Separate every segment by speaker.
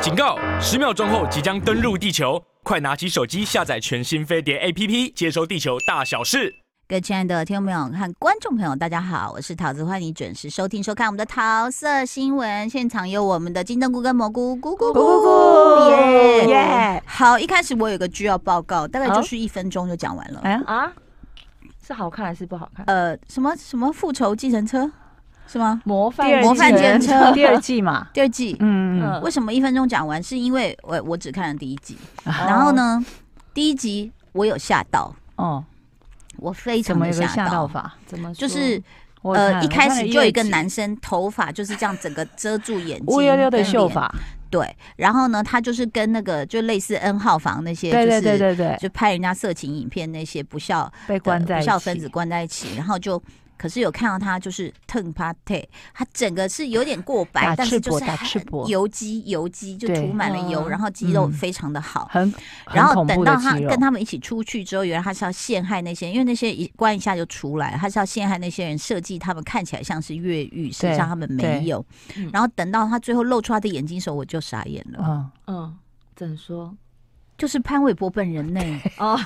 Speaker 1: 警告！十秒钟后即将登陆地球，快拿起手机下载全新飞碟 APP，接收地球大小事。
Speaker 2: 各位亲爱的听众朋友和观众朋友，大家好，我是桃子，欢迎你准时收听收看我们的桃色新闻。现场有我们的金针菇跟蘑菇，咕咕咕咕耶
Speaker 3: 耶！
Speaker 2: 好，一开始我有个剧要报告，大概
Speaker 3: 好
Speaker 2: 就是一分钟就讲完了。
Speaker 3: 哎
Speaker 4: 啊？是好看还是不好看？
Speaker 2: 呃，什么什么复仇计程车是吗？
Speaker 4: 模范
Speaker 3: 第二季
Speaker 2: 模范检
Speaker 4: 人
Speaker 2: 测
Speaker 3: 第二季嘛，
Speaker 2: 第二季、
Speaker 3: 嗯，
Speaker 4: 嗯
Speaker 2: 为什么一分钟讲完？是因为我我只看了第一集，
Speaker 3: 啊
Speaker 2: 然后？呢，第一集我有吓到，
Speaker 3: 哦，
Speaker 2: 我非
Speaker 3: 怎
Speaker 2: 常
Speaker 3: 么
Speaker 2: 的
Speaker 3: 有个吓到
Speaker 2: 到，
Speaker 3: 法？
Speaker 4: 怎么
Speaker 2: 就
Speaker 4: 说
Speaker 2: 是
Speaker 3: 我看
Speaker 2: 呃，
Speaker 3: 了
Speaker 2: 一开
Speaker 3: 我看
Speaker 2: 始
Speaker 3: 了
Speaker 2: 就有一个
Speaker 3: 集
Speaker 2: 男生头发就是这样整个遮住眼睛，
Speaker 3: 乌溜溜的
Speaker 2: 跟
Speaker 3: 秀
Speaker 2: 脸，
Speaker 3: 法，
Speaker 2: 对。然后呢，他就是跟那个就类似 N 号房那些，
Speaker 3: 对对对
Speaker 2: 就是
Speaker 3: 对对，
Speaker 2: 就拍人家色情影片那些不孝的
Speaker 3: 被关在
Speaker 2: 不
Speaker 3: 一
Speaker 2: 孝
Speaker 3: 起。
Speaker 2: 分子关在一起，然后就。可是有看到他就是腾趴退，他整个是有点过白，
Speaker 3: 打
Speaker 2: 但是
Speaker 3: 赤
Speaker 2: 就
Speaker 3: 膊
Speaker 2: 是
Speaker 3: 打
Speaker 2: 很
Speaker 3: 赤膊
Speaker 2: 油肌油肌就
Speaker 3: 对
Speaker 2: 涂满了油，
Speaker 4: 嗯
Speaker 2: 然后肌肉
Speaker 3: 嗯
Speaker 2: 非常的好。
Speaker 3: 很
Speaker 2: 然
Speaker 3: 很
Speaker 2: 后
Speaker 3: 恐
Speaker 2: 等
Speaker 3: 怖
Speaker 2: 到
Speaker 3: 的哦
Speaker 2: 他
Speaker 3: 肌肉
Speaker 2: 跟他们一起出去之后，原来他是要陷害那些，因为那些一关一下就出来，他是要陷害那些人，设计他们看起来像是越狱，实际
Speaker 3: 对
Speaker 2: 上他们没
Speaker 3: 对
Speaker 2: 有
Speaker 4: 嗯。
Speaker 2: 然后等到他最后露出他的眼睛的时候，我就傻眼了，
Speaker 3: 嗯，
Speaker 4: 嗯，怎说？
Speaker 2: 就是潘玮柏本人呢，
Speaker 4: 哦，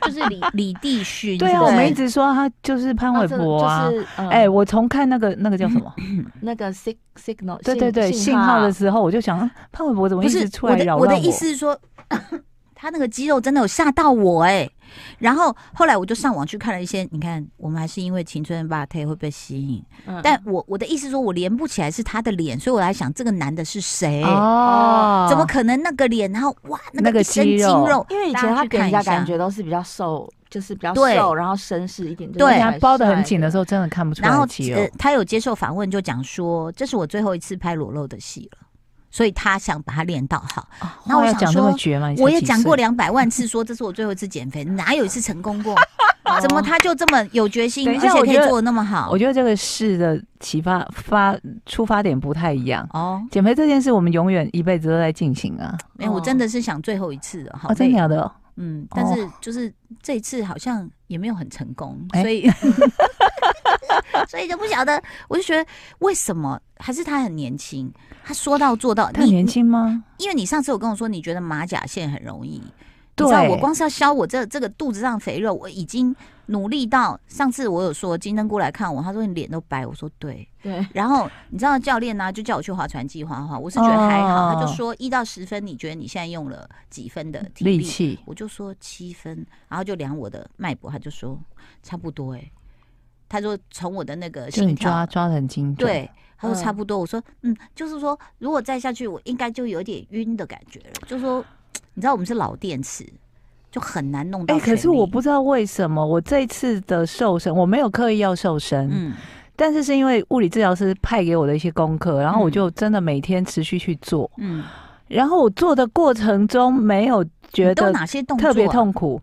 Speaker 2: 就是 李李帝勋。
Speaker 3: 对啊，
Speaker 2: 不
Speaker 3: 我们一直说他就是潘玮柏啊
Speaker 4: 就。是
Speaker 2: 嗯
Speaker 3: 哎，
Speaker 4: 哎，
Speaker 3: 我从看那个那个叫什么？
Speaker 4: 那个 sig signal，
Speaker 3: 对对对，信号
Speaker 4: 啊
Speaker 3: 的时候，我就想嗯潘玮柏怎么
Speaker 2: 不
Speaker 3: 一
Speaker 2: 是
Speaker 3: 直出
Speaker 2: 我
Speaker 3: 来
Speaker 2: 的
Speaker 3: 扰
Speaker 2: 我
Speaker 3: 乱
Speaker 2: 的意思是说，他那个肌肉真的有吓到我哎、然后后来我就上网去看了一些，你看我们还是因为青春霸退会被吸引，
Speaker 4: 嗯
Speaker 2: 但我我的意思是说我连不起来是他的脸，所以我在想这个男的是
Speaker 3: 哎
Speaker 2: 谁？
Speaker 3: 哦，
Speaker 2: 怎么可能那个脸，然后哇，那
Speaker 3: 那
Speaker 2: 个
Speaker 3: 个
Speaker 2: 一身
Speaker 3: 肌
Speaker 2: 肌
Speaker 3: 肉
Speaker 2: 肉，
Speaker 4: 因为以
Speaker 2: 大
Speaker 4: 前
Speaker 2: 家
Speaker 4: 他
Speaker 2: 去
Speaker 4: 给
Speaker 2: 看
Speaker 4: 人家
Speaker 2: 一下
Speaker 4: 感觉都是比较瘦，就是比较
Speaker 2: 对
Speaker 4: 瘦，然后绅士一点，
Speaker 2: 对
Speaker 3: 人家包的很紧的时
Speaker 4: 候，
Speaker 3: 候，真的哦看不出
Speaker 2: 然后
Speaker 3: 来肌肉
Speaker 2: 呃。，他有接受访问就讲说，这是我最后一次拍裸露的戏了，所以他想把它练到好。
Speaker 3: 啊
Speaker 2: 那我
Speaker 3: 话要
Speaker 2: 想
Speaker 3: 讲那么
Speaker 2: 说
Speaker 3: 绝吗？你才
Speaker 2: 我也
Speaker 3: 几
Speaker 2: 讲过
Speaker 3: 岁
Speaker 2: 两百万次说这是我最后一次减肥，哪有一次成功过？
Speaker 4: 哦
Speaker 2: 怎么他就这么有决心，
Speaker 3: 等
Speaker 2: 而
Speaker 3: 一下
Speaker 2: 且
Speaker 3: 我
Speaker 2: 可以
Speaker 3: 觉得
Speaker 2: 做的那么好
Speaker 3: 啊我？觉得这个事的启发发出发点不太一样。
Speaker 2: 哦，
Speaker 3: 减肥这件事，我们永远一辈子都在进行啊！
Speaker 2: 没有，我真的是想最后一次了，好
Speaker 3: 哦，真
Speaker 2: 累
Speaker 3: 的。假哦的？
Speaker 2: 嗯，但是就是这一次好像也没有很成功，
Speaker 3: 哎
Speaker 2: 所以所以就不晓得，我就觉得为什么还是他很年轻，他说到做到。
Speaker 3: 他很年，轻 吗？
Speaker 2: 你因为你上次有跟我说，你觉得马甲线很容易。你
Speaker 3: 对
Speaker 2: 知道我光是要消我这这个肚子上肥肉，我已经努力到上次我有说金针菇来看我，他说你脸都白，我说对。
Speaker 4: 对，
Speaker 2: 然后你知道教练呢、就叫我去划船计划哈，我是觉得还好，
Speaker 3: 哦
Speaker 2: 他就说一到十分，你觉得你现在用了几分的体
Speaker 3: 力
Speaker 2: 力？
Speaker 3: 气
Speaker 2: 我就说七分，然后就量我的脉搏，他就说差不多哎、他说从我的那个
Speaker 3: 就你
Speaker 2: 心
Speaker 3: 抓
Speaker 2: 跳，
Speaker 3: 抓的很精准。
Speaker 2: 对，他说
Speaker 4: 嗯
Speaker 2: 差不多。我说嗯，就是说如果再下去，我应该就有点晕的感觉了。就说你知道我们是老电池，就很难弄到。嗯
Speaker 3: 哎，可是我，不知道为什么我这一次的瘦身，我没有刻意要瘦身，
Speaker 2: 嗯，
Speaker 3: 但是是因为物理治疗师派给我的一些功课，然后我
Speaker 2: 嗯
Speaker 3: 就真的每天持续去做，
Speaker 2: 嗯，
Speaker 3: 然后我做的过程中没有觉
Speaker 2: 你都
Speaker 3: 得
Speaker 2: 哪些动作、啊
Speaker 3: 特别？痛啊苦，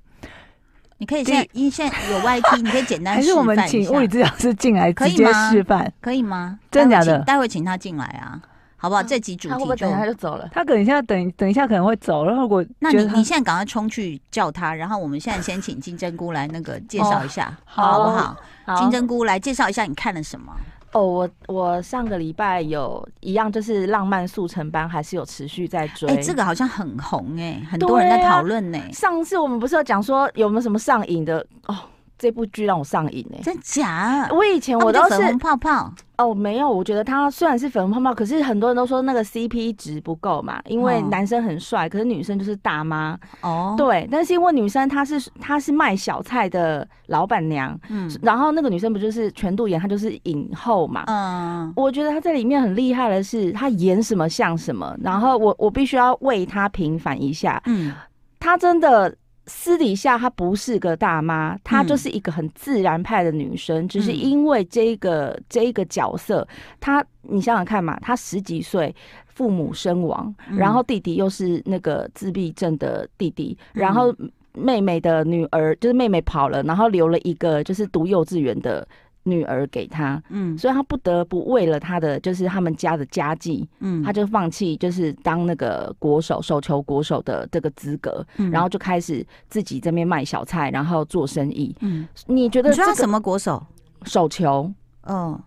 Speaker 2: 你可以现在，因为现在 有 YT，你可以简单
Speaker 3: 还是我们
Speaker 2: 示范一
Speaker 3: 请
Speaker 2: 下
Speaker 3: 物理治疗师进来
Speaker 2: 可
Speaker 3: 直
Speaker 2: 以
Speaker 3: 接
Speaker 2: 吗
Speaker 3: 示范，
Speaker 2: 可以吗？
Speaker 3: 真
Speaker 2: 待
Speaker 3: 假
Speaker 2: 会
Speaker 3: 的
Speaker 2: 请待会请他进来啊，好不好？
Speaker 4: 嗯
Speaker 2: 这集主
Speaker 4: 他会不
Speaker 2: 题就
Speaker 4: 会等一下就走了？
Speaker 3: 他可能现在等等一下可能会走，然后我
Speaker 2: 那
Speaker 3: 觉
Speaker 2: 你
Speaker 3: 得他
Speaker 2: 你现在赶快冲去叫他，然后我们现在先请金针菇来那个介绍一下，
Speaker 4: 哦好
Speaker 2: 好不好？
Speaker 4: 好
Speaker 2: 金针菇来介绍一下你看了什么？
Speaker 4: 哦，我我上个礼拜有一样，就是浪漫速成班，还是有持续在追。
Speaker 2: 哎，这个好像很红哎，很多人在
Speaker 4: 啊
Speaker 2: 讨论呢，
Speaker 4: 上次我们不是有讲说有没有什么上瘾的哦？这部剧让我上瘾哎、
Speaker 2: 真假？
Speaker 4: 我以前
Speaker 2: 他
Speaker 4: 我
Speaker 2: 们
Speaker 4: 都
Speaker 2: 叫
Speaker 4: 是
Speaker 2: 粉红泡泡，
Speaker 4: 哦，没有，我觉得它虽然是粉红泡泡，可是很多人都说那个 CP 值不够嘛，因为
Speaker 2: 哦
Speaker 4: 男生很帅，可是女生就是大妈。
Speaker 2: 哦，
Speaker 4: 对，但是因为女生她是她是卖小菜的老板娘，
Speaker 2: 嗯
Speaker 4: 然后那个女生不就是全度妍，她就是影后嘛。
Speaker 2: 嗯，
Speaker 4: 我觉得她在里面很厉害的是，她演什么像什么，然后我我必须要为她平反一下，
Speaker 2: 嗯，
Speaker 4: 她真的私底下她不是个大妈，她
Speaker 2: 嗯
Speaker 4: 就是一个很自然派的女生，只是因为这一个这一个角色，她你想想看嘛，她十几岁。父母身亡，
Speaker 2: 嗯
Speaker 4: 然后弟弟又是那个自闭症的弟弟，
Speaker 2: 嗯
Speaker 4: 然后妹妹的女儿就是妹妹跑了，然后留了一个就是读幼稚园的女儿给她，
Speaker 2: 嗯
Speaker 4: 所以她不得不为了她的就是他们家的家计，
Speaker 2: 嗯
Speaker 4: 她就放弃就是当那个国手手球国手的这个资格，
Speaker 2: 嗯
Speaker 4: 然后就开始自己这边卖小菜，然后做生意。
Speaker 2: 嗯，
Speaker 4: 你觉得
Speaker 2: 你说
Speaker 4: 这
Speaker 2: 他
Speaker 4: 个
Speaker 2: 什么国手？
Speaker 4: 手球？
Speaker 2: 哦，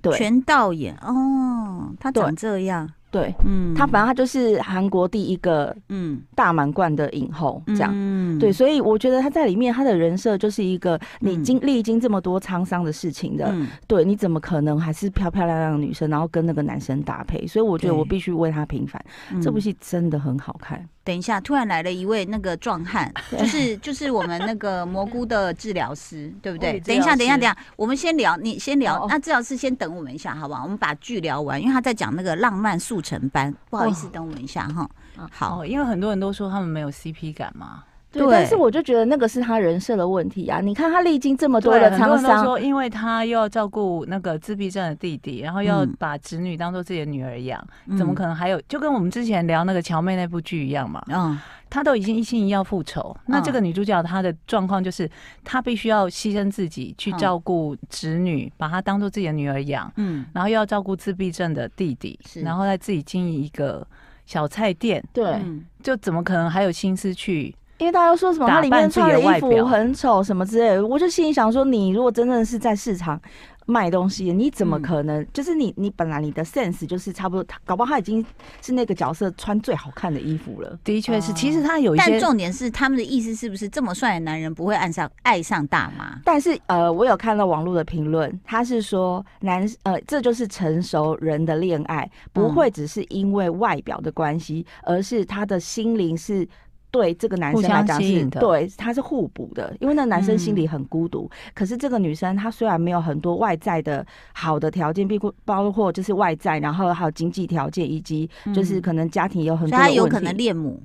Speaker 4: 对
Speaker 2: 全道演哦，他长这样，
Speaker 4: 对
Speaker 2: 嗯
Speaker 4: 她，反正她就是韩国第一个
Speaker 2: 嗯
Speaker 4: 大满贯的影后，这样。
Speaker 2: 嗯
Speaker 4: 对，所以我觉得她在里面，她的人设就是一个你
Speaker 2: 嗯
Speaker 4: 经历经这么多沧桑的事情的，
Speaker 2: 嗯
Speaker 4: 对你怎么可能还是漂漂亮亮的女生，然后跟那个男生搭配？所以我觉得
Speaker 2: 对
Speaker 4: 我必须为她平反，
Speaker 2: 嗯
Speaker 4: 这部戏真的很好看。
Speaker 2: 等一下，突然来了一位那个壮 汉，就是就是我们那个蘑菇的治疗师，对不
Speaker 3: 物
Speaker 2: 对？
Speaker 3: 理治
Speaker 2: 等一下，
Speaker 3: 疗
Speaker 2: 等一下，
Speaker 3: 师
Speaker 2: 等一下，我们先聊，你先聊
Speaker 4: 好，
Speaker 2: 那治疗师先等我们一下，好不好？我们把剧聊完，因为他在讲那个浪漫速成班，不好意思，等我们一下哈。好，
Speaker 3: 哦哦，因为很多人都说他们没有 CP 感嘛，
Speaker 4: 对，
Speaker 2: 对
Speaker 4: 但是我就觉得那个是她人设的问题啊！你看她历经这么多的
Speaker 3: 很多
Speaker 4: 沧
Speaker 3: 人都
Speaker 4: 桑，
Speaker 3: 说，因为他又要照顾那个自闭症的弟弟，然后要
Speaker 2: 嗯
Speaker 3: 把侄女当做自己的女儿养，
Speaker 2: 嗯
Speaker 3: 怎么可能还有？就跟我们之前聊那个乔妹那部剧一样嘛，
Speaker 2: 嗯
Speaker 3: 她都已经一心一意要复仇，那这个女主角她的状况就是她必须要牺牲自己去
Speaker 2: 嗯
Speaker 3: 照顾侄女，把她当做自己的女儿养，
Speaker 2: 嗯
Speaker 3: 然后又要照顾自闭症的弟弟
Speaker 2: 是，
Speaker 3: 然后再自己经营一个小菜店，
Speaker 4: 对，
Speaker 2: 嗯
Speaker 3: 就怎么可能还有心思去？
Speaker 4: 因为大家都说什么
Speaker 3: 打
Speaker 4: 她
Speaker 3: 扮
Speaker 4: 里面
Speaker 3: 自己
Speaker 4: 穿
Speaker 3: 的
Speaker 4: 的衣
Speaker 3: 外
Speaker 4: 服
Speaker 3: 表
Speaker 4: 很丑什么之类的，我就心里想说，你如果真的是在市场卖东西，你怎么
Speaker 2: 嗯
Speaker 4: 可能？就是你你本来你的 sense 就是差不多，搞不好她已经是那个角色穿最好看的衣服了。
Speaker 3: 的确是，
Speaker 2: 哦
Speaker 3: 其实她有一
Speaker 2: 但
Speaker 3: 些
Speaker 2: 重点是，他们的意思是不是这么帅的男人不会爱上爱上大麻？
Speaker 4: 但是呃，我有看到网络的评论，他是说男呃，这就是成熟人的恋爱，不
Speaker 2: 嗯
Speaker 4: 会只是因为外表的关系，而是他的心灵是。对这个男
Speaker 3: 互
Speaker 4: 生来
Speaker 3: 相
Speaker 4: 讲
Speaker 3: 吸
Speaker 4: 是
Speaker 3: 引的
Speaker 4: 对，他是互补的，因为那个男生
Speaker 2: 嗯
Speaker 4: 心里很孤独，可是这个女生她虽然没有很多外在的好的条件，包括包括就是外在，然后还有经济条件，以及就是
Speaker 2: 嗯
Speaker 4: 可能家庭有很
Speaker 2: 所以
Speaker 4: 多
Speaker 2: 他
Speaker 4: 的
Speaker 2: 有
Speaker 4: 问
Speaker 2: 可能
Speaker 4: 题
Speaker 2: 恋母，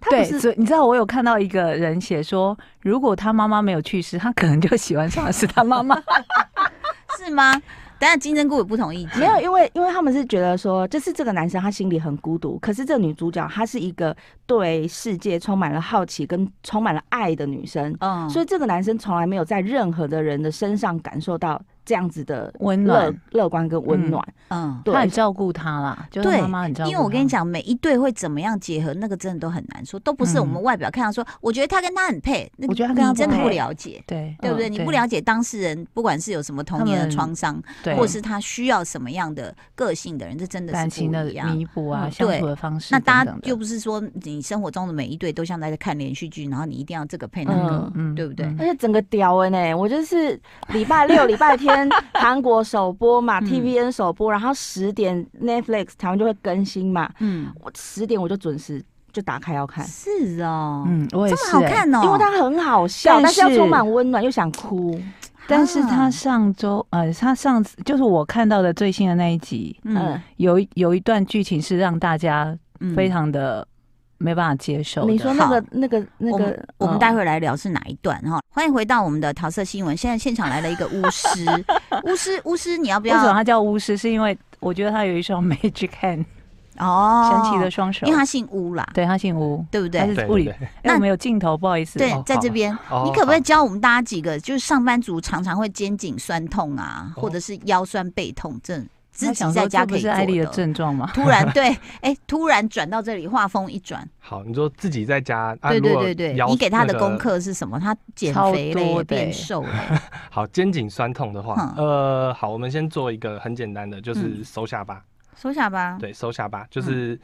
Speaker 4: 她不
Speaker 3: 对，
Speaker 4: 是
Speaker 3: 所以你知道我有看到一个人写说，如果他妈妈没有去世，他可能就喜欢上的是他妈妈。
Speaker 2: 是吗？等下金针菇有不同意见，
Speaker 4: 没有，因为因为他们是觉得说，就是这个男生他心里很孤独，可是这女主角她是一个对世界充满了好奇跟充满了爱的女生，
Speaker 2: 嗯，
Speaker 4: 所以这个男生从来没有在任何的人的身上感受到这样子的
Speaker 3: 温
Speaker 4: 乐
Speaker 3: 暖，
Speaker 4: 乐观跟温暖。
Speaker 2: 嗯。
Speaker 3: 他很
Speaker 4: 对，
Speaker 3: 照顾他啦，就是
Speaker 2: 对
Speaker 3: 妈妈很照顾。
Speaker 2: 因为我跟你，讲，每一对会怎么样结合，那个真的都很难说，都不是我们
Speaker 3: 嗯
Speaker 2: 外表看到说，我觉得他跟他很配，那
Speaker 3: 我觉得他跟
Speaker 2: 你
Speaker 3: 他
Speaker 2: 真的
Speaker 4: 不
Speaker 2: 不
Speaker 4: 配
Speaker 2: 了解，
Speaker 3: 对
Speaker 2: 对不对？
Speaker 3: 嗯
Speaker 2: 你不了解当事人，不管是有什么童
Speaker 3: 他
Speaker 2: 年的
Speaker 3: 们
Speaker 2: 创伤，
Speaker 3: 对，
Speaker 2: 或是他需要什么样的个性的人，这真的
Speaker 3: 感
Speaker 2: 是
Speaker 3: 情
Speaker 2: 不
Speaker 3: 的
Speaker 2: 一样。
Speaker 3: 弥补啊，
Speaker 2: 嗯
Speaker 3: 相
Speaker 2: 对
Speaker 3: 处的方式
Speaker 2: 那
Speaker 3: 等等的。
Speaker 2: 大家又不是说你生活中的每一对都像在看连续剧，然后你一定要这个配那个，
Speaker 4: 嗯
Speaker 3: 嗯
Speaker 2: 对不对
Speaker 4: 而且整个屌哎、呢，我就是礼拜六、礼拜天韩国首播嘛
Speaker 2: 嗯
Speaker 4: ，TVN 首播，然后十点 Netflix 台湾就会更新嘛，
Speaker 2: 嗯，
Speaker 4: 我十点我就准时就打开要看。
Speaker 2: 是哦，
Speaker 3: 嗯，我也
Speaker 2: 这
Speaker 3: 是、
Speaker 2: 么好
Speaker 3: 欸。
Speaker 2: 看哦，
Speaker 4: 因为它很好笑，但
Speaker 3: 但
Speaker 4: 是要
Speaker 3: 是
Speaker 4: 充满温暖，又想哭。
Speaker 3: 但是
Speaker 2: 啊
Speaker 3: 他上周，呃，他上次就是我看到的最新的那一集，
Speaker 4: 嗯
Speaker 2: 嗯，
Speaker 3: 有一有一段剧情是让大家
Speaker 2: 嗯
Speaker 3: 呃非常的没办法接受的。
Speaker 4: 你说那
Speaker 2: 好
Speaker 4: 个那个那
Speaker 2: 我
Speaker 4: 个
Speaker 2: 们，我们
Speaker 4: 嗯
Speaker 2: 待会来聊是哪一段哈？欢迎回到我们的桃色新闻，现在现场来了一个巫 师，巫师，巫师，你要不
Speaker 3: 为什么
Speaker 2: 要？
Speaker 3: 他叫巫师？是因为我觉得他有一双 magic hand
Speaker 2: 哦
Speaker 3: 神奇的，双手，
Speaker 2: 因为他姓巫啦，
Speaker 3: 对他姓巫，
Speaker 2: 对不
Speaker 3: 他
Speaker 2: 对？
Speaker 3: 是
Speaker 5: 对
Speaker 3: 物
Speaker 5: 对
Speaker 3: 理。
Speaker 5: 对，
Speaker 3: 哎，
Speaker 2: 那
Speaker 3: 我们有镜头，不好意思。
Speaker 2: 对
Speaker 5: 哦，
Speaker 2: 在这
Speaker 5: 好
Speaker 2: 边，
Speaker 5: 哦
Speaker 2: 你可不可以
Speaker 5: 好
Speaker 2: 教我们大家几个，就是上班族常常会肩颈酸痛啊，
Speaker 5: 哦
Speaker 2: 或者是腰酸背痛症，自
Speaker 3: 他
Speaker 2: 己
Speaker 3: 想说
Speaker 2: 在家
Speaker 3: 这不
Speaker 2: 可以
Speaker 3: 是艾丽
Speaker 2: 做
Speaker 3: 的
Speaker 2: 的。哦
Speaker 3: 症状吗？
Speaker 2: 突然 对，哎，突然转到这里，话锋一转，
Speaker 5: 好？你说自己在家，啊
Speaker 2: 对
Speaker 5: 如
Speaker 2: 对
Speaker 5: 果
Speaker 2: 对对，
Speaker 5: 腰
Speaker 2: 你给他的
Speaker 5: 那个
Speaker 2: 功课是什么？他减
Speaker 3: 超
Speaker 2: 肥嘞，
Speaker 3: 多的
Speaker 2: 变
Speaker 3: 欸
Speaker 2: 瘦嘞，
Speaker 5: 好，肩颈酸痛的话，
Speaker 2: 嗯
Speaker 5: 呃，好，我们先做一个很简单的，就
Speaker 2: 嗯
Speaker 5: 是收下巴，
Speaker 2: 收下吧。
Speaker 5: 对，收下巴，就是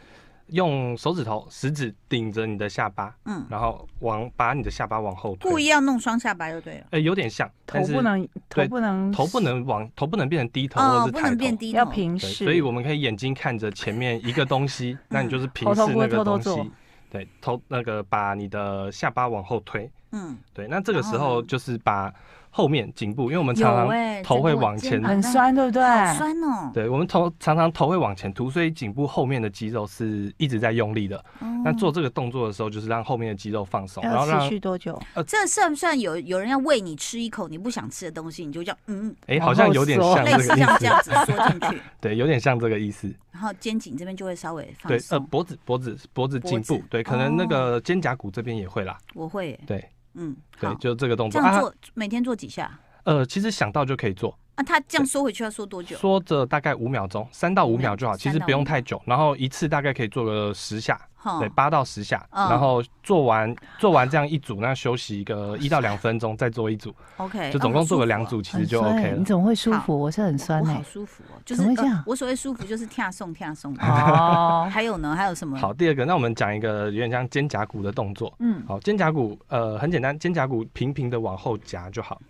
Speaker 5: 用手指头、食指顶着你的下巴，
Speaker 2: 嗯，
Speaker 5: 然后往把你的下巴往后推，
Speaker 2: 故意要弄双下巴就对了。
Speaker 5: 呃，有点像，
Speaker 3: 头
Speaker 5: 但是
Speaker 3: 不能，头
Speaker 5: 对
Speaker 3: 不能，
Speaker 5: 头不能往头不能变成低头或是
Speaker 2: 哦不
Speaker 5: 抬
Speaker 2: 能
Speaker 5: 头
Speaker 2: 变。低头，
Speaker 3: 要平
Speaker 5: 对，
Speaker 3: 视。
Speaker 5: 所以我们可以眼睛看着前面一个东西，那你就是平
Speaker 3: 头头
Speaker 5: 视
Speaker 3: 不会
Speaker 5: 那个
Speaker 3: 嗯偷偷
Speaker 5: 东
Speaker 3: 做
Speaker 5: 西，对，头那个把你的下巴往后推，
Speaker 2: 嗯，
Speaker 5: 对，那这个时
Speaker 2: 然后
Speaker 5: 候
Speaker 2: 呢
Speaker 5: 就是把后面颈部，因为我们
Speaker 2: 有
Speaker 5: 常常
Speaker 2: 哎，
Speaker 5: 头
Speaker 2: 整
Speaker 5: 会
Speaker 2: 个
Speaker 5: 往
Speaker 2: 肩
Speaker 5: 前
Speaker 2: 膀
Speaker 3: 很
Speaker 2: 那
Speaker 3: 酸，对不对？
Speaker 2: 好酸哦。
Speaker 5: 对我们头常常头会往前凸，所以颈部后面的肌肉是一直在用力的。
Speaker 2: 哦
Speaker 5: 那做这个动作的时候，就是让后面的肌肉放松，然
Speaker 3: 要
Speaker 5: 后
Speaker 3: 持
Speaker 5: 让
Speaker 3: 续多久？
Speaker 2: 这算不算有有人要喂你吃一口你不想吃的东西，你就这样 嗯，
Speaker 5: 哎，好像有点像
Speaker 2: 类
Speaker 5: 这
Speaker 2: 似
Speaker 5: 个
Speaker 2: 像这
Speaker 5: 意
Speaker 2: 样
Speaker 5: 思，
Speaker 2: 子缩进去，
Speaker 5: 对，有点像这个意思。
Speaker 2: 然后肩颈这边就会稍微放
Speaker 5: 对，呃，
Speaker 2: 松。
Speaker 5: 脖子、脖子、脖子、
Speaker 2: 脖
Speaker 5: 颈部
Speaker 2: 子，
Speaker 5: 对，可能那
Speaker 2: 哦
Speaker 5: 个肩胛骨这边也会啦。
Speaker 2: 我会耶，
Speaker 5: 对
Speaker 2: 嗯，
Speaker 5: 对
Speaker 2: 好，，
Speaker 5: 就这个动
Speaker 2: 这
Speaker 5: 作
Speaker 2: 样
Speaker 5: 啊。
Speaker 2: 做每天做几下？
Speaker 5: 呃，其实想到就可以做，
Speaker 2: 啊，他这样缩回去要缩多久？
Speaker 5: 缩着大概五秒钟，三到五秒就好，
Speaker 2: 三
Speaker 5: 其实
Speaker 2: 到五
Speaker 5: 不用
Speaker 2: 秒
Speaker 5: 太久。然后一次大概可以做个十下，
Speaker 2: 哈
Speaker 5: 对，八到十下，
Speaker 2: 哦嗯
Speaker 5: 然后做完做完这样一组，那休息个一到两分钟，再做一组，
Speaker 2: ，OK，啊
Speaker 5: 就总共做个两组，其实
Speaker 3: 很
Speaker 5: 就
Speaker 3: 酸
Speaker 5: OK
Speaker 3: 欸你
Speaker 5: 了。
Speaker 3: 怎么会舒
Speaker 2: 好
Speaker 3: 服？我是很
Speaker 2: 酸哦
Speaker 3: 酸
Speaker 2: 我
Speaker 3: 哎
Speaker 2: 好。舒服哦，就是
Speaker 3: 怎么会这
Speaker 2: 呃
Speaker 3: 样
Speaker 2: 我所谓舒服就是跳送跳送。
Speaker 3: 哦，
Speaker 2: 还有呢？还有什么？
Speaker 5: 好，第二个，那我们讲一个有点像肩胛骨的动作。
Speaker 2: 嗯
Speaker 5: 好，肩胛骨呃很简单，肩胛骨平平的往后夹就好，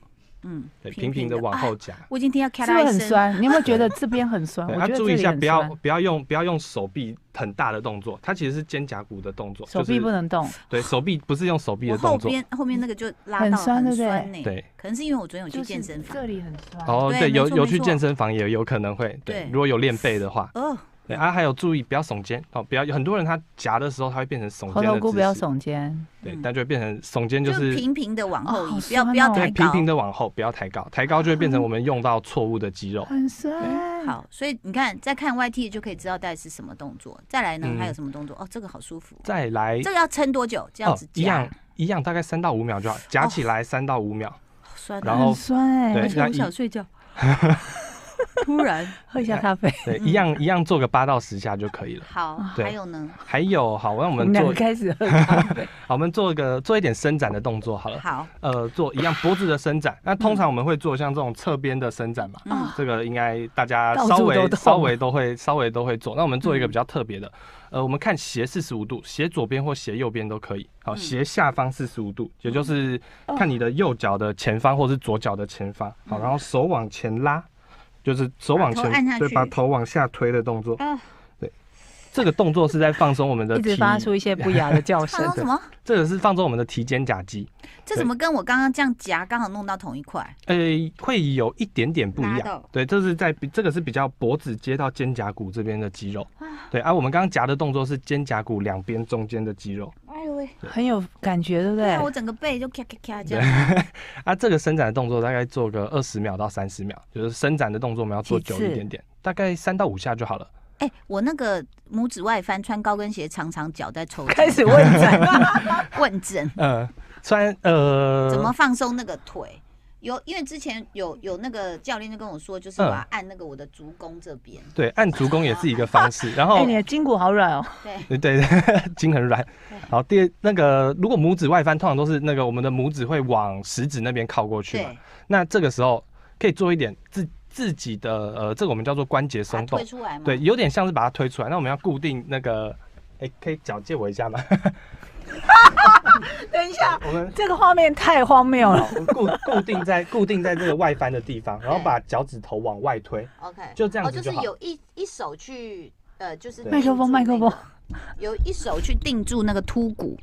Speaker 2: 嗯，
Speaker 5: 对，平平的往
Speaker 2: 啊
Speaker 5: 后夹。
Speaker 2: 我已经听到咔
Speaker 3: 是不
Speaker 2: 啦
Speaker 3: 是
Speaker 2: 一
Speaker 3: 很
Speaker 2: 声，
Speaker 3: 酸？你有没有 觉得这边很酸？
Speaker 5: 对，
Speaker 3: 我
Speaker 5: 啊
Speaker 3: 觉得这
Speaker 5: 注意一
Speaker 3: 里
Speaker 5: 下，
Speaker 3: 很
Speaker 5: 不要
Speaker 3: 酸，
Speaker 5: 不要用不要用手臂很大的动作，它其实是肩胛骨的动作，
Speaker 3: 手
Speaker 5: 就
Speaker 3: 臂
Speaker 5: 是
Speaker 3: 不能动。
Speaker 5: 对手臂不是用手臂
Speaker 2: 我
Speaker 5: 的
Speaker 2: 后
Speaker 5: 动作，
Speaker 2: 边后面那个就拉
Speaker 3: 很
Speaker 2: 到
Speaker 3: 酸对不对
Speaker 2: 酸呢。
Speaker 5: 对，
Speaker 2: 可能是因为我昨天有
Speaker 3: 就
Speaker 2: 去
Speaker 3: 是
Speaker 2: 健身房。
Speaker 3: 这里很酸。
Speaker 5: 哦，
Speaker 2: 对
Speaker 5: 对，
Speaker 2: 没
Speaker 5: 有
Speaker 2: 错
Speaker 5: 有
Speaker 2: 没
Speaker 5: 去
Speaker 2: 错
Speaker 5: 健身房也有可能会，对
Speaker 2: 对，
Speaker 5: 如果有练背的话，
Speaker 2: 哦，
Speaker 5: 对啊，还有注意不要耸肩哦，不要很多人他夹的时候他会变成耸
Speaker 3: 猴
Speaker 5: 肩的
Speaker 3: 头
Speaker 5: 姿
Speaker 3: 菇不要
Speaker 5: 势，
Speaker 3: 耸肩，
Speaker 5: 对
Speaker 2: 嗯，
Speaker 5: 但就会变成耸肩
Speaker 2: 就
Speaker 5: 就是
Speaker 2: 平平的往后
Speaker 3: 哦
Speaker 2: 移，
Speaker 3: 好
Speaker 2: 不要
Speaker 3: 酸
Speaker 2: 不要
Speaker 3: 哦
Speaker 2: 抬
Speaker 5: 对平
Speaker 2: 高。
Speaker 5: 平的往后，不要抬高，抬高就会变成我们用到错误的肌肉。
Speaker 3: 很酸。，
Speaker 2: 好，所以你看，在看 YT 就可以知道大概是什么动作。再来呢，
Speaker 5: 嗯
Speaker 2: 还有什么动作？哦，这个好舒服。
Speaker 5: 再来
Speaker 2: 这个要撑多久？这样子
Speaker 5: 哦一
Speaker 2: 夹
Speaker 5: 样，一样，大概三到五秒就好，夹起来三到五秒，
Speaker 2: 好酸哦。
Speaker 5: 然后
Speaker 3: 很酸哎、
Speaker 5: 对
Speaker 2: 而且
Speaker 5: 那
Speaker 2: 我
Speaker 5: 一
Speaker 2: 想睡 觉。突然，
Speaker 3: 喝一
Speaker 5: 哎
Speaker 3: 下咖啡。
Speaker 5: 对，一样一样做个八到十下就可以了。
Speaker 2: 好，
Speaker 3: 啊
Speaker 5: 对
Speaker 2: 还有呢？
Speaker 5: 还有，好，那我
Speaker 3: 我
Speaker 5: 们
Speaker 3: 们两
Speaker 5: 做
Speaker 3: 个，开始喝咖啡，
Speaker 5: 好，我们做一个做一点伸展的动作好了。
Speaker 2: 好，
Speaker 5: 呃，做一样脖子的伸展，那通常我们会做像这种侧边的伸展嘛，
Speaker 2: 嗯，
Speaker 5: 这个应该大家
Speaker 3: 到处
Speaker 5: 稍
Speaker 3: 都
Speaker 5: 微
Speaker 3: 痛
Speaker 5: 稍微都会稍微都会做。那我们做一个
Speaker 2: 嗯
Speaker 5: 比较特别的，呃，我们看斜四十五度，斜左边或斜右边都可以。好，
Speaker 2: 嗯哦
Speaker 5: 斜下方四十五度，也就是看你的右脚的前方或是左脚的前方。好，
Speaker 2: 嗯
Speaker 5: 然后手往前拉，就是手往
Speaker 2: 把头按下
Speaker 5: 前，对，
Speaker 2: 去
Speaker 5: 把头往下推的动作
Speaker 2: 啊。
Speaker 5: 对，这个动作是在放松我们 的
Speaker 3: 一直
Speaker 5: 提，
Speaker 3: 发出一些不雅的叫
Speaker 2: 刚
Speaker 3: 声
Speaker 2: 刚。什么？
Speaker 5: 这个是放松我们的提肩胛肌。
Speaker 2: 这
Speaker 5: 对
Speaker 2: 怎么跟我刚刚这样夹刚好弄到同一块？
Speaker 5: 呃，会有一点点不一
Speaker 2: 拉
Speaker 5: 样
Speaker 2: 到。
Speaker 5: 对，这是在比这个是比较脖子接到肩胛骨这边的肌肉。对啊，我们刚刚夹的动作是肩胛骨两边中间的肌肉
Speaker 2: 哎呦喂！
Speaker 3: 很有感觉，对不
Speaker 2: 对
Speaker 3: 对
Speaker 2: 啊，？我整个背就咔咔咔这样。
Speaker 5: 啊。这个伸展的动作大概做个二十秒到三十秒，就是伸展的动作我们要做
Speaker 3: 几
Speaker 5: 久
Speaker 3: 次
Speaker 5: 一点点，大概三到五下就好了。
Speaker 2: 哎，我那个拇指外翻，穿高跟鞋，常常脚在抽筋。
Speaker 3: 开始问诊，
Speaker 2: 问诊，
Speaker 5: 呃，虽然呃，
Speaker 2: 怎么放松那个腿？有，因为之前有有那个教练就跟我说，就是我
Speaker 5: 嗯
Speaker 2: 要按那个我的足弓这边。
Speaker 5: 对按足弓也是一个方式，然
Speaker 3: 哎，
Speaker 5: 后
Speaker 3: 你。的筋骨好软 哦，
Speaker 2: 对，
Speaker 5: 对对， 筋很软。好，第二那个，如果拇指外翻，通常都是那个我们的拇指会往食指那边靠过去嘛
Speaker 2: 对。，
Speaker 5: 那这个时候可以做一点自自己的呃，这个我们叫做关节
Speaker 2: 把它
Speaker 5: 松动
Speaker 2: 推，出来嘛。
Speaker 5: 对，，有点像是把它推出来。那我们要固定那个，哎、可以脚借我一 下吗？
Speaker 3: 等一下，
Speaker 5: 我们
Speaker 3: 这个画面太荒谬 了
Speaker 5: 好。固固定在固定在这个外翻的地方，然后把脚趾头往外推。
Speaker 2: OK，
Speaker 5: 就这样
Speaker 2: 哦，
Speaker 5: 子
Speaker 2: 就是
Speaker 5: 就好
Speaker 2: 有一一手去，呃，就是
Speaker 5: 对
Speaker 3: 麦克风
Speaker 2: 定住那个
Speaker 3: 麦克，
Speaker 2: 有一手去定住那个突骨，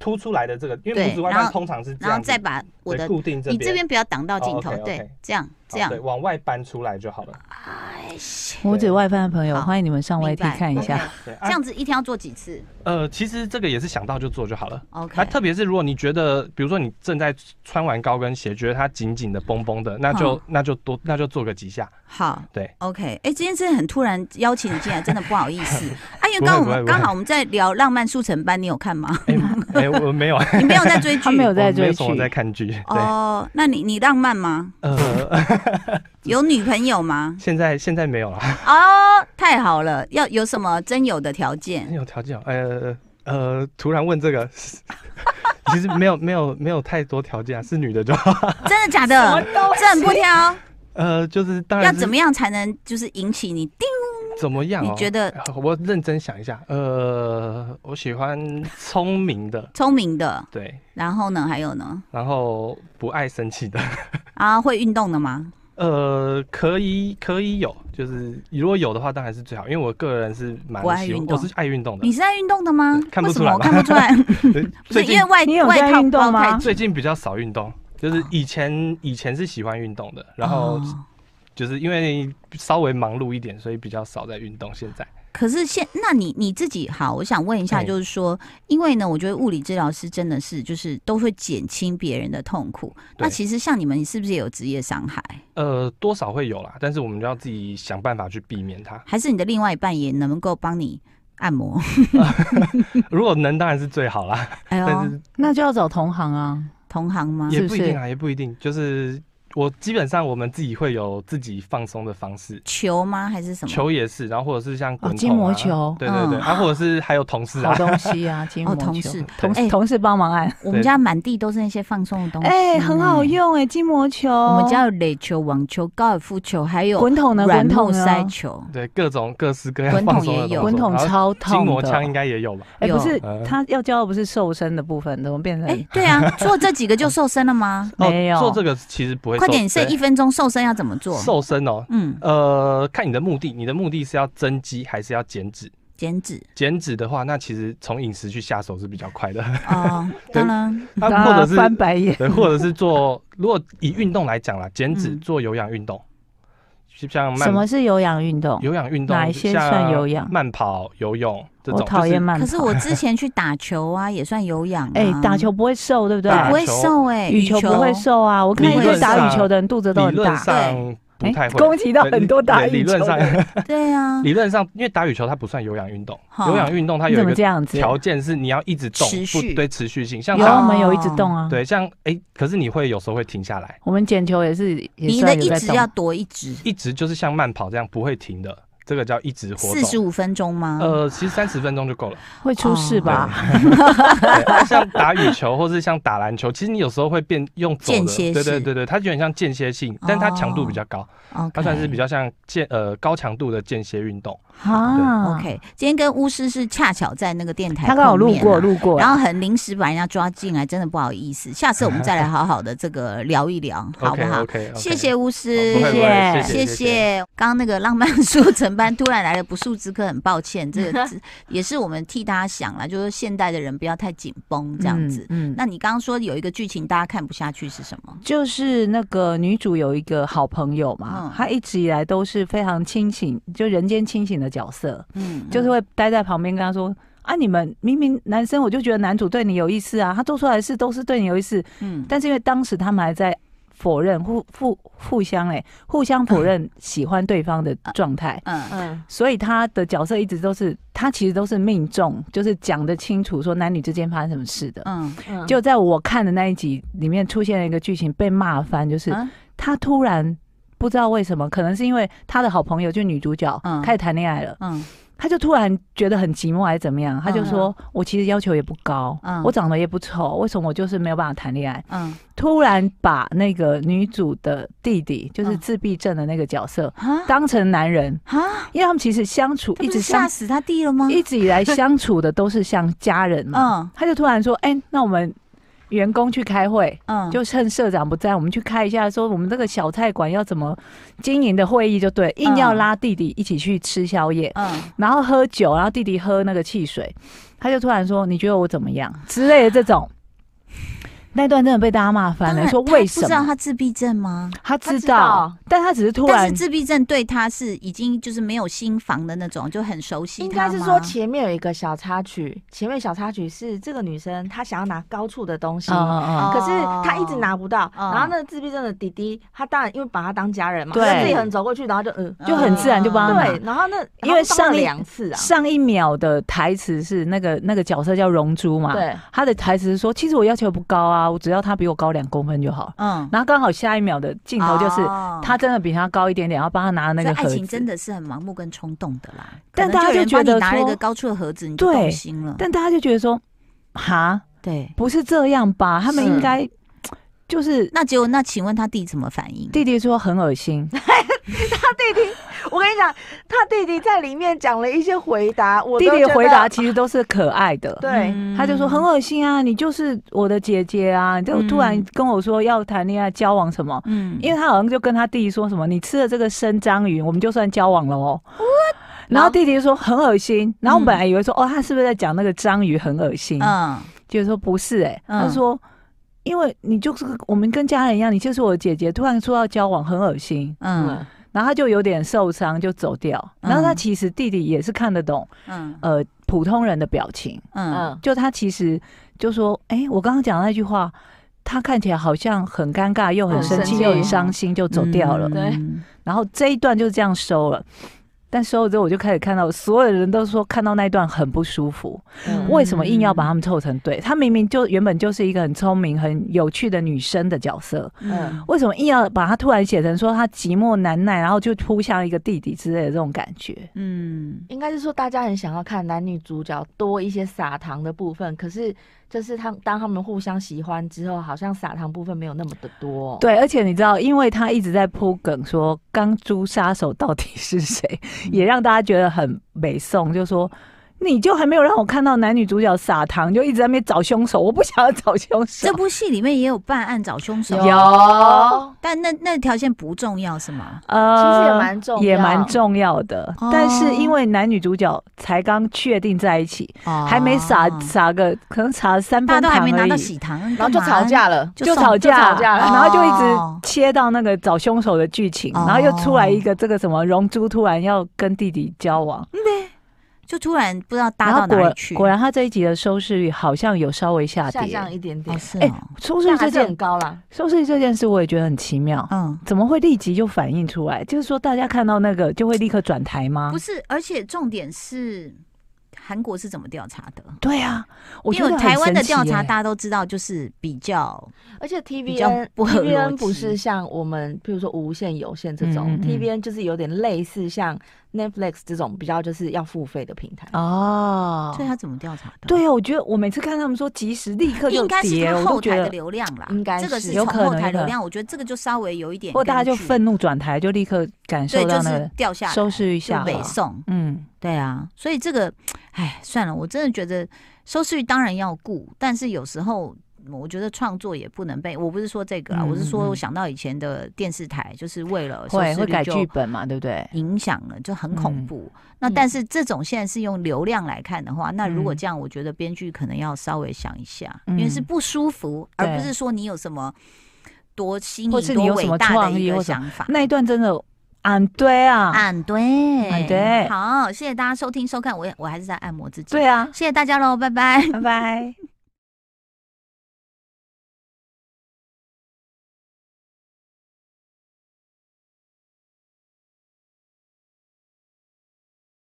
Speaker 5: 凸出来的这个，因为
Speaker 2: 对
Speaker 5: 拇指外
Speaker 2: 然
Speaker 5: 翻
Speaker 2: 后
Speaker 5: 通常是这
Speaker 2: 然后
Speaker 5: 样子，
Speaker 2: 再把我的
Speaker 5: 对，固定这
Speaker 2: 你
Speaker 5: 边，
Speaker 2: 这边不要挡到镜
Speaker 5: 哦
Speaker 2: 头，
Speaker 5: ，OK，OK
Speaker 2: 对，这样
Speaker 5: 好
Speaker 2: 这样
Speaker 5: 对，，往外搬出来就好了。
Speaker 2: 哎，这
Speaker 3: 拇指外翻的朋友，
Speaker 2: 好
Speaker 3: 欢迎你们上
Speaker 2: 明
Speaker 3: YT
Speaker 2: 白
Speaker 3: 看 一下。
Speaker 2: OK
Speaker 5: 对， 啊
Speaker 2: 样子一天要做几次
Speaker 5: 呃，其实这个也是想到就做就好了。啊，
Speaker 2: ？OK，
Speaker 5: 特别是如果你觉得，比如说你正在穿完高跟鞋，觉得它紧紧的、绷绷的，那就、
Speaker 2: 嗯
Speaker 5: 那就多那就做个几下。
Speaker 2: 好。
Speaker 5: 对，
Speaker 2: OK，哎、今天真的很突然邀请你进来，真的不好意 思。啊，因为刚好我
Speaker 5: 不会
Speaker 2: 们
Speaker 5: 不会
Speaker 2: 刚好我们在聊《浪漫速成班》，你有看吗？
Speaker 5: 哎、哎我没有，
Speaker 2: 你没有嗯在追
Speaker 3: 他
Speaker 2: 剧
Speaker 3: 没有在
Speaker 5: 我没
Speaker 3: 追
Speaker 5: 有
Speaker 3: 剧
Speaker 5: 什，么在看剧。对，
Speaker 2: 哦？那你你浪漫吗？
Speaker 5: 呃，
Speaker 2: 有女朋友吗？
Speaker 5: 现在现在没有了，
Speaker 2: 哦，太好了，要有什么真有的条件？
Speaker 5: 很有条件哦。呃呃，突然问这个， 其实没有没有没有太多条件啊，是女的就好。
Speaker 2: 真的假的？ 这很不挑，
Speaker 5: 呃，就是当
Speaker 2: 要
Speaker 5: 然是
Speaker 2: 怎么样才能就是引起你定？
Speaker 5: 怎么样、哦？
Speaker 2: 你觉得
Speaker 5: 呃？我认真想一下，呃，我喜欢聪明的，
Speaker 2: 聪明的，
Speaker 5: 对，
Speaker 2: 然后呢，还有呢，
Speaker 5: 然后不爱生气的。
Speaker 2: 啊，会运动的吗？
Speaker 5: 呃，可以，可以有，就是如果有的话，当然是最好，因为我个人是蛮
Speaker 2: 不爱
Speaker 5: 喜欢
Speaker 2: 运
Speaker 5: 我
Speaker 2: 动
Speaker 5: 是爱运动的
Speaker 2: 你。是在运动的吗？
Speaker 5: 看
Speaker 2: 为
Speaker 5: 不
Speaker 2: 什
Speaker 5: 出来
Speaker 2: 么我
Speaker 5: 吧
Speaker 2: 看不出来？
Speaker 5: 对
Speaker 2: 不是
Speaker 5: 最
Speaker 2: 因
Speaker 5: 近
Speaker 2: 为外
Speaker 3: 你有在
Speaker 2: 外套
Speaker 3: 运动
Speaker 2: 包
Speaker 3: 吗
Speaker 2: 太紧
Speaker 5: 最近比较少运动，就是以前以前是喜欢运动的，然后
Speaker 2: 啊哦
Speaker 5: 就是因为稍微忙碌一点，所以比较少在运动。现在
Speaker 2: 可是现，那你你自己好，我想问一下，
Speaker 5: 哎
Speaker 2: 就是说，因为呢，我觉得物理治疗师真的是就是都会减轻别人的痛苦。那
Speaker 5: 对
Speaker 2: 其实像你们，你是不是也有职业伤害？
Speaker 5: 呃多少会有啦，但是我们就要自己想办法去避免它。
Speaker 2: 还是你的另外一半也能够帮你按 摩？嗯
Speaker 5: 如果能，当然是最好啦，
Speaker 2: 哎
Speaker 5: 但
Speaker 2: 呦，
Speaker 5: 是
Speaker 3: 那就要找同行啊。
Speaker 2: 同行吗？
Speaker 5: 也
Speaker 3: 是不
Speaker 5: 不一
Speaker 3: 是
Speaker 5: 定啊，也不一定，就是我基本上我们自己会有自己放松的方式，
Speaker 2: 球吗？还是什么？
Speaker 5: 球也是，然后或者是像滚筒、啊、
Speaker 3: 哦筋膜球
Speaker 5: 对对对，
Speaker 2: 嗯
Speaker 5: 啊，或者 是还有同事
Speaker 3: 好
Speaker 5: 啊，
Speaker 3: 东西 啊，筋膜
Speaker 2: 哦，同
Speaker 3: 球
Speaker 2: 事，
Speaker 5: 同
Speaker 2: 哎，
Speaker 3: 同事帮忙按，
Speaker 2: 我们家满地都是那些放松的东西，啊
Speaker 3: 哎，很好。用哎，筋膜球。
Speaker 2: 嗯我
Speaker 3: 我
Speaker 2: 们家有垒球、网球、高尔夫球，还有
Speaker 3: 滚筒呢，
Speaker 2: 软
Speaker 3: 滚
Speaker 2: 木
Speaker 3: 筒呢
Speaker 2: 塞球。
Speaker 5: 对各种各式各样
Speaker 2: 滚筒
Speaker 5: 放松的
Speaker 2: 也有
Speaker 5: 动
Speaker 3: 滚
Speaker 5: 作
Speaker 3: 筒
Speaker 5: 然后
Speaker 3: 超
Speaker 5: 筋
Speaker 3: 痛
Speaker 5: 膜枪应
Speaker 3: 的。
Speaker 5: 该也有吧？
Speaker 3: 哎，不是
Speaker 5: 有，
Speaker 3: 他要教的不是瘦身的部分，怎么变成？
Speaker 2: 哎，对啊，做这几个就瘦身了吗？
Speaker 5: 哦
Speaker 3: 没有
Speaker 5: 做这个其实不会瘦。
Speaker 2: 快点，剩一分钟，瘦身要怎么
Speaker 5: 对
Speaker 2: 做？
Speaker 5: 瘦身哦。
Speaker 2: 嗯，
Speaker 5: 呃，看你的目的，你的目的是要增肌还是要减脂？
Speaker 2: 减脂
Speaker 5: 减脂的话，那其实从饮食去下手是比较 快的。
Speaker 2: 哦， 当然，
Speaker 5: 那或
Speaker 3: 大家啊
Speaker 5: 者
Speaker 3: 翻
Speaker 5: 是
Speaker 3: 白眼。
Speaker 5: 对，或者是做，如果以运动来讲啦，减脂
Speaker 2: 嗯
Speaker 5: 做有氧运动，就像慢
Speaker 3: 什么是有氧运动？
Speaker 5: 有氧运动，
Speaker 3: 哪一些算有氧
Speaker 5: 像慢跑、游泳这种。
Speaker 3: 我讨厌
Speaker 5: 就是
Speaker 3: 慢跑。
Speaker 2: 可是我之前去打球啊，也算有氧啊。
Speaker 3: 哎，打球不会瘦，对不对？
Speaker 5: 打
Speaker 2: 不会瘦哎，
Speaker 3: 羽球不会瘦啊！我看一
Speaker 5: 理
Speaker 3: 堆
Speaker 5: 论
Speaker 3: 打羽
Speaker 5: 上
Speaker 3: 球的人肚子都
Speaker 5: 理
Speaker 3: 很
Speaker 5: 论
Speaker 3: 大。哎
Speaker 5: 上不太会。
Speaker 3: 攻击到
Speaker 5: 对
Speaker 3: 很多打
Speaker 5: 对
Speaker 3: 羽
Speaker 5: 理
Speaker 3: 球
Speaker 5: 论
Speaker 3: 的人。
Speaker 5: 上，
Speaker 2: 对啊，
Speaker 5: 理论上，因为打羽球它不算有氧运动，
Speaker 2: 好
Speaker 5: 有氧运动它
Speaker 3: 你
Speaker 5: 有
Speaker 3: 怎
Speaker 5: 一
Speaker 3: 么
Speaker 5: 个
Speaker 3: 这样子？
Speaker 5: 条件是你要一直动，
Speaker 2: 持
Speaker 5: 不
Speaker 2: 续
Speaker 5: 对持续性，像
Speaker 3: 有
Speaker 5: 打
Speaker 3: 我们有一直动啊。，
Speaker 5: 对像哎、可是你会有时候会停下来，
Speaker 3: 我们捡球也是，也
Speaker 2: 你的
Speaker 3: 算有
Speaker 2: 一
Speaker 3: 在
Speaker 2: 直
Speaker 3: 动
Speaker 2: 要多一直，
Speaker 5: 一直就是像慢跑这样不会停的，这个叫一直活
Speaker 2: 四十
Speaker 5: 动。
Speaker 2: 五分钟吗？
Speaker 5: 呃，其实三十分钟 就够了。
Speaker 3: 会出
Speaker 2: 哦
Speaker 3: 事吧？
Speaker 5: 对像打羽球或是像打篮球，其实你有时候会变用走
Speaker 2: 间
Speaker 5: 的，
Speaker 2: 歇性
Speaker 5: 对对对对，它有点像间歇性，但它强度
Speaker 3: 哦
Speaker 5: 比较高，
Speaker 2: OK，
Speaker 5: 它算是比较像间呃高强度的间歇运动。
Speaker 3: 啊
Speaker 2: 嗯 OK。今天跟巫师是恰巧在那个电台
Speaker 3: 他
Speaker 2: 碰面啊，
Speaker 3: 刚好路过路过，
Speaker 2: 然后很临时把人家抓进来，真的不好意思。下次我们再来好好的这个聊一聊，好不
Speaker 5: OK
Speaker 2: 好？
Speaker 5: OK，
Speaker 2: 谢谢巫师，
Speaker 5: 不会不
Speaker 2: 谢
Speaker 5: 会谢谢
Speaker 2: 谢。刚刚那个浪漫速成班突然来了不速之客，很抱歉，这个 只也是我们替大家想了，就是现代的人不要太紧绷这样子。
Speaker 3: 嗯，嗯
Speaker 2: 那你刚刚说有一个剧情大家看不下去是什么？
Speaker 3: 就是那个女主有一个好朋友嘛
Speaker 2: 嗯，
Speaker 3: 她一直以来都是非常清醒，就人间清醒的角色，
Speaker 2: 嗯，
Speaker 3: 就是会待在旁边跟她说。啊！你们明明男生，我就觉得男主对你有意思啊，他做出来的事都是对你有意思，
Speaker 2: 嗯，
Speaker 3: 但是因为当时他们还在否认互互互相哎、互相否认 喜欢对方的状态，
Speaker 2: 嗯
Speaker 4: 嗯，
Speaker 3: 所以他的角色一直都是，他其实都是命中，就是讲得清楚，说男女之间发生什么事的。
Speaker 2: 嗯
Speaker 3: 就在我看的那一集里面，出现了一个剧情被骂翻，就是
Speaker 2: 嗯
Speaker 3: 他突然不知道为什么，可能是因为他的好朋友就女主角
Speaker 2: 嗯
Speaker 3: 开始谈恋爱了，
Speaker 2: 嗯
Speaker 3: 他就突然觉得很寂寞还是怎么样，他就说：“我其实要求也不高
Speaker 2: 嗯，
Speaker 3: 我长得也不丑，为什么我就是没有办法谈恋爱
Speaker 2: 嗯，？”
Speaker 3: 突然把那个女主的弟弟，就是
Speaker 2: 嗯
Speaker 3: 自闭症的那个角色，
Speaker 2: 啊
Speaker 3: 当成男人，
Speaker 2: 啊，
Speaker 3: 因为他们其实相处
Speaker 2: 他
Speaker 3: 一
Speaker 2: 不是
Speaker 3: 直相
Speaker 2: 吓死他弟了吗？
Speaker 3: 一直以来相处的都是像家人嘛，
Speaker 2: 嗯
Speaker 3: 他就突然说：“哎、那我们员工去开会，
Speaker 2: 嗯，
Speaker 3: 就趁社长不在，我们去开一下，说我们这个小菜馆要怎么经营的会议，就对，硬要拉弟弟一起去吃宵夜，
Speaker 2: 嗯
Speaker 3: 然后喝酒，然后弟弟喝那个汽水，他就突然说：你觉得我怎么样之类的这种。” 那段真的被大家骂翻
Speaker 2: 当
Speaker 3: 了，
Speaker 2: 然
Speaker 3: 说
Speaker 2: 他
Speaker 3: 为什
Speaker 2: 不知道
Speaker 3: 么？
Speaker 2: 他自闭症吗？
Speaker 3: 他
Speaker 4: 他
Speaker 3: 知
Speaker 4: 知
Speaker 3: 道
Speaker 4: 道，
Speaker 3: 但他只是突
Speaker 2: 但
Speaker 3: 然
Speaker 2: 是自闭症对他是已经就是没有心房的那种，就很熟悉
Speaker 4: 应
Speaker 2: 他
Speaker 4: 该
Speaker 2: 吗。
Speaker 4: 是说前面有一个小插曲，前面小插曲是这个女生她想要拿高处的东西。
Speaker 3: 嗯
Speaker 2: 哦
Speaker 4: 可是她一直拿不到，
Speaker 2: 嗯
Speaker 4: 然后那个自闭症的弟弟，他当然因为把她当家人
Speaker 3: 哦
Speaker 4: 嘛，
Speaker 3: 对
Speaker 4: 他自己很走过去，然后就嗯，
Speaker 3: 就很自然就帮他拿
Speaker 4: 对，然后那
Speaker 3: 因为
Speaker 4: 然后帮
Speaker 3: 上
Speaker 4: 了
Speaker 3: 一
Speaker 4: 两次啊，
Speaker 3: 上一秒的台词是那个那个角色叫荣珠嘛，
Speaker 4: 对，
Speaker 3: 他的台词是说，其实我要求不高啊，我只要他比我高两公分就好。
Speaker 2: 嗯，
Speaker 3: 然后刚好下一秒的镜头就是。
Speaker 2: 哦
Speaker 3: 他真的比他高一点点，然后帮他拿那
Speaker 2: 所
Speaker 3: 个
Speaker 2: 以
Speaker 3: 盒
Speaker 2: 爱
Speaker 3: 子。
Speaker 2: 情真，的是很盲目跟冲动的啦。
Speaker 3: 但
Speaker 2: 可能
Speaker 3: 大家
Speaker 2: 有人
Speaker 3: 就觉得
Speaker 2: 帮你拿了一
Speaker 3: 说
Speaker 2: 个高处的盒子，你就
Speaker 3: 对
Speaker 2: 动心了。
Speaker 3: 但大家就觉得说，哈，
Speaker 2: 对，
Speaker 3: 不是这样吧？他们
Speaker 4: 是
Speaker 3: 应该就是
Speaker 2: 那结果那请问他弟怎么反应？
Speaker 3: 弟弟说很恶心，
Speaker 4: 我跟你讲，他弟弟在里面讲了一些回答， 我都
Speaker 3: 弟弟
Speaker 4: 觉得
Speaker 3: 回答其实都是可爱的。
Speaker 4: 对，
Speaker 2: 嗯
Speaker 3: 他就说很恶心啊，你就是我的姐姐啊，你就突然
Speaker 2: 嗯
Speaker 3: 跟我说要谈恋爱、交往什么，
Speaker 2: 嗯
Speaker 3: 因为他好像就跟他弟弟说什么，你吃了这个生章鱼，我们就算交往了哦。然后弟弟就说很恶
Speaker 4: 嗯
Speaker 3: 心，然后我本来以为说、哦，他是不是在讲那个章鱼很恶心？
Speaker 2: 嗯
Speaker 3: 就是说不是、欸，
Speaker 2: 嗯
Speaker 3: 他说因为你就是个我们跟家人一样，你就是我的姐姐，突然说要交往很恶心，
Speaker 2: 嗯
Speaker 3: 然后他就有点受伤就走掉。
Speaker 2: 嗯
Speaker 3: 然后他其实弟弟也是看得懂，
Speaker 2: 嗯
Speaker 3: 呃，普通人的表情，
Speaker 2: 嗯
Speaker 3: 就他其实就说，哎、我刚刚讲的那句话。他看起来好像很尴尬，又很
Speaker 4: 很
Speaker 3: 生气，
Speaker 4: 生气
Speaker 3: 又很伤心，就走掉了。
Speaker 4: 对
Speaker 2: 嗯
Speaker 3: 然后这一段就这样收了。但收了之后，我就开始看到所有人都说看到那一段很不舒服，
Speaker 4: 嗯
Speaker 3: 为什么硬要把他们凑成对？她明明就原本就是一个很聪明、很有趣的女生的角色，
Speaker 4: 嗯
Speaker 3: 为什么硬要把她突然写成说她寂寞难耐，然后就扑向一个弟弟之类的这种感觉？
Speaker 2: 嗯，
Speaker 4: 应该是说大家很想要看男女主角多一些撒糖的部分，可是就是他当他们互相喜欢之后，好像撒糖部分没有那么的多。，
Speaker 3: 对，而且你知道，因为她一直在铺梗说钢珠杀手到底是谁，也让大家觉得很北宋，就说。你就还没有让我看到男女主角撒糖，就一直在那边找凶手，我不想要找凶手。
Speaker 2: 这部戏里面也有办案找凶手，
Speaker 4: 有
Speaker 2: 但那那条线不重要是吗？
Speaker 3: 呃
Speaker 4: 其实也蛮重要
Speaker 3: 也蛮重要的。
Speaker 2: 哦
Speaker 3: 但是因为男女主角才刚确定在一起，
Speaker 2: 哦
Speaker 3: 还没撒撒个，可能撒了三
Speaker 2: 大家都
Speaker 3: 分糖
Speaker 2: 还
Speaker 3: 而
Speaker 2: 没
Speaker 3: 已，
Speaker 2: 拿到喜糖，
Speaker 4: 然后
Speaker 2: 干
Speaker 4: 就
Speaker 2: 嘛
Speaker 4: 吵，架了。
Speaker 3: 就
Speaker 2: 送
Speaker 3: 吵架，
Speaker 4: 就吵架了
Speaker 3: 然后就一
Speaker 2: 哦
Speaker 3: 直切到那个找凶手的剧情，
Speaker 2: 哦
Speaker 3: 然后又出来一个这个什么龙珠突然要跟弟弟交往，
Speaker 2: 就突然不知道搭嗯
Speaker 3: 然
Speaker 2: 到
Speaker 3: 后
Speaker 2: 哪
Speaker 3: 果
Speaker 2: 里
Speaker 3: 然
Speaker 2: 去。
Speaker 3: 果然他这一集的收视率好像有稍微下
Speaker 4: 下
Speaker 3: 跌，
Speaker 4: 降一点点
Speaker 2: 哦，，是
Speaker 3: 哎
Speaker 2: 哦，
Speaker 3: 收视
Speaker 4: 但
Speaker 3: 率
Speaker 4: 还
Speaker 3: 这
Speaker 4: 是很
Speaker 3: 件
Speaker 4: 高啦。
Speaker 3: 收视率这件事我也觉得很奇妙。
Speaker 2: 嗯。
Speaker 3: 怎么会立即就反映出来？就是说，大家看到那个就会立刻转台吗？
Speaker 2: 不是，而且重点是韩国是怎么调查的？
Speaker 3: 对啊，我
Speaker 2: 因
Speaker 3: 觉
Speaker 2: 为
Speaker 3: 得
Speaker 2: 台湾的调查，
Speaker 3: 大
Speaker 2: 大家都知道，就是比较
Speaker 4: 而且 T V
Speaker 2: 较
Speaker 4: N
Speaker 2: 不合
Speaker 4: T V
Speaker 2: 逻
Speaker 4: N 不
Speaker 2: 辑
Speaker 4: 是像我们，譬如说无线、有线这
Speaker 3: 嗯
Speaker 4: 种
Speaker 3: 嗯嗯
Speaker 4: ，T V N 就是有点类似像 Netflix 这种比较就是要付费的平台。
Speaker 3: 哦
Speaker 2: 所以他怎么调查的？，
Speaker 3: 对啊，我觉得我每次看他们说及时立刻就
Speaker 2: 应该是
Speaker 3: 跌，
Speaker 2: 他
Speaker 3: 我都
Speaker 2: 后
Speaker 3: 觉
Speaker 2: 台的
Speaker 3: 得，
Speaker 2: 流量啦，
Speaker 4: 应该
Speaker 2: 这个
Speaker 4: 是
Speaker 2: 是
Speaker 3: 有
Speaker 2: 从
Speaker 3: 可
Speaker 2: 后
Speaker 3: 能
Speaker 2: 台
Speaker 3: 有可
Speaker 2: 流量，我觉得这个就稍微有一点根据，
Speaker 3: 或大家就愤怒转台，就立刻感受
Speaker 2: 对，
Speaker 3: 到
Speaker 2: 就
Speaker 3: 那
Speaker 2: 是
Speaker 3: 个
Speaker 2: 掉下来，
Speaker 3: 收视率
Speaker 2: 就
Speaker 3: 下滑
Speaker 2: 北。宋，
Speaker 3: 嗯，
Speaker 2: 对啊，所以这个，哎，算了，我真的觉得收视率当然要顾，但是有时候。我觉得创作也不能被，我不是说这个啊，我是说
Speaker 3: 嗯嗯
Speaker 2: 我
Speaker 3: 嗯
Speaker 2: 想到以前的电视台，就是为了收
Speaker 3: 会
Speaker 2: 视
Speaker 3: 会
Speaker 2: 率
Speaker 3: 改
Speaker 2: 就
Speaker 3: 剧本嘛，对不对？
Speaker 2: 影响了，就很恐
Speaker 3: 嗯
Speaker 2: 怖。那但是这种现在是用流量来看的话，那如果
Speaker 3: 嗯
Speaker 2: 这样，我觉得编剧可能要稍微想一下，
Speaker 3: 嗯
Speaker 2: 因为是不舒服，而
Speaker 3: 对
Speaker 2: 不是说你有什么多新
Speaker 3: 或
Speaker 2: 颖、
Speaker 3: 是你有
Speaker 2: 多
Speaker 3: 什么
Speaker 2: 伟大的
Speaker 3: 创
Speaker 2: 一
Speaker 3: 意
Speaker 2: 个
Speaker 3: 或什
Speaker 2: 想法。
Speaker 3: 那一段真的，俺对 啊，
Speaker 2: 按对，
Speaker 3: 嗯对
Speaker 2: 好，谢谢大家收听收看，我也我还是在按摩自己。
Speaker 3: 对，啊，
Speaker 2: 谢谢大家喽，拜拜。
Speaker 3: 拜拜。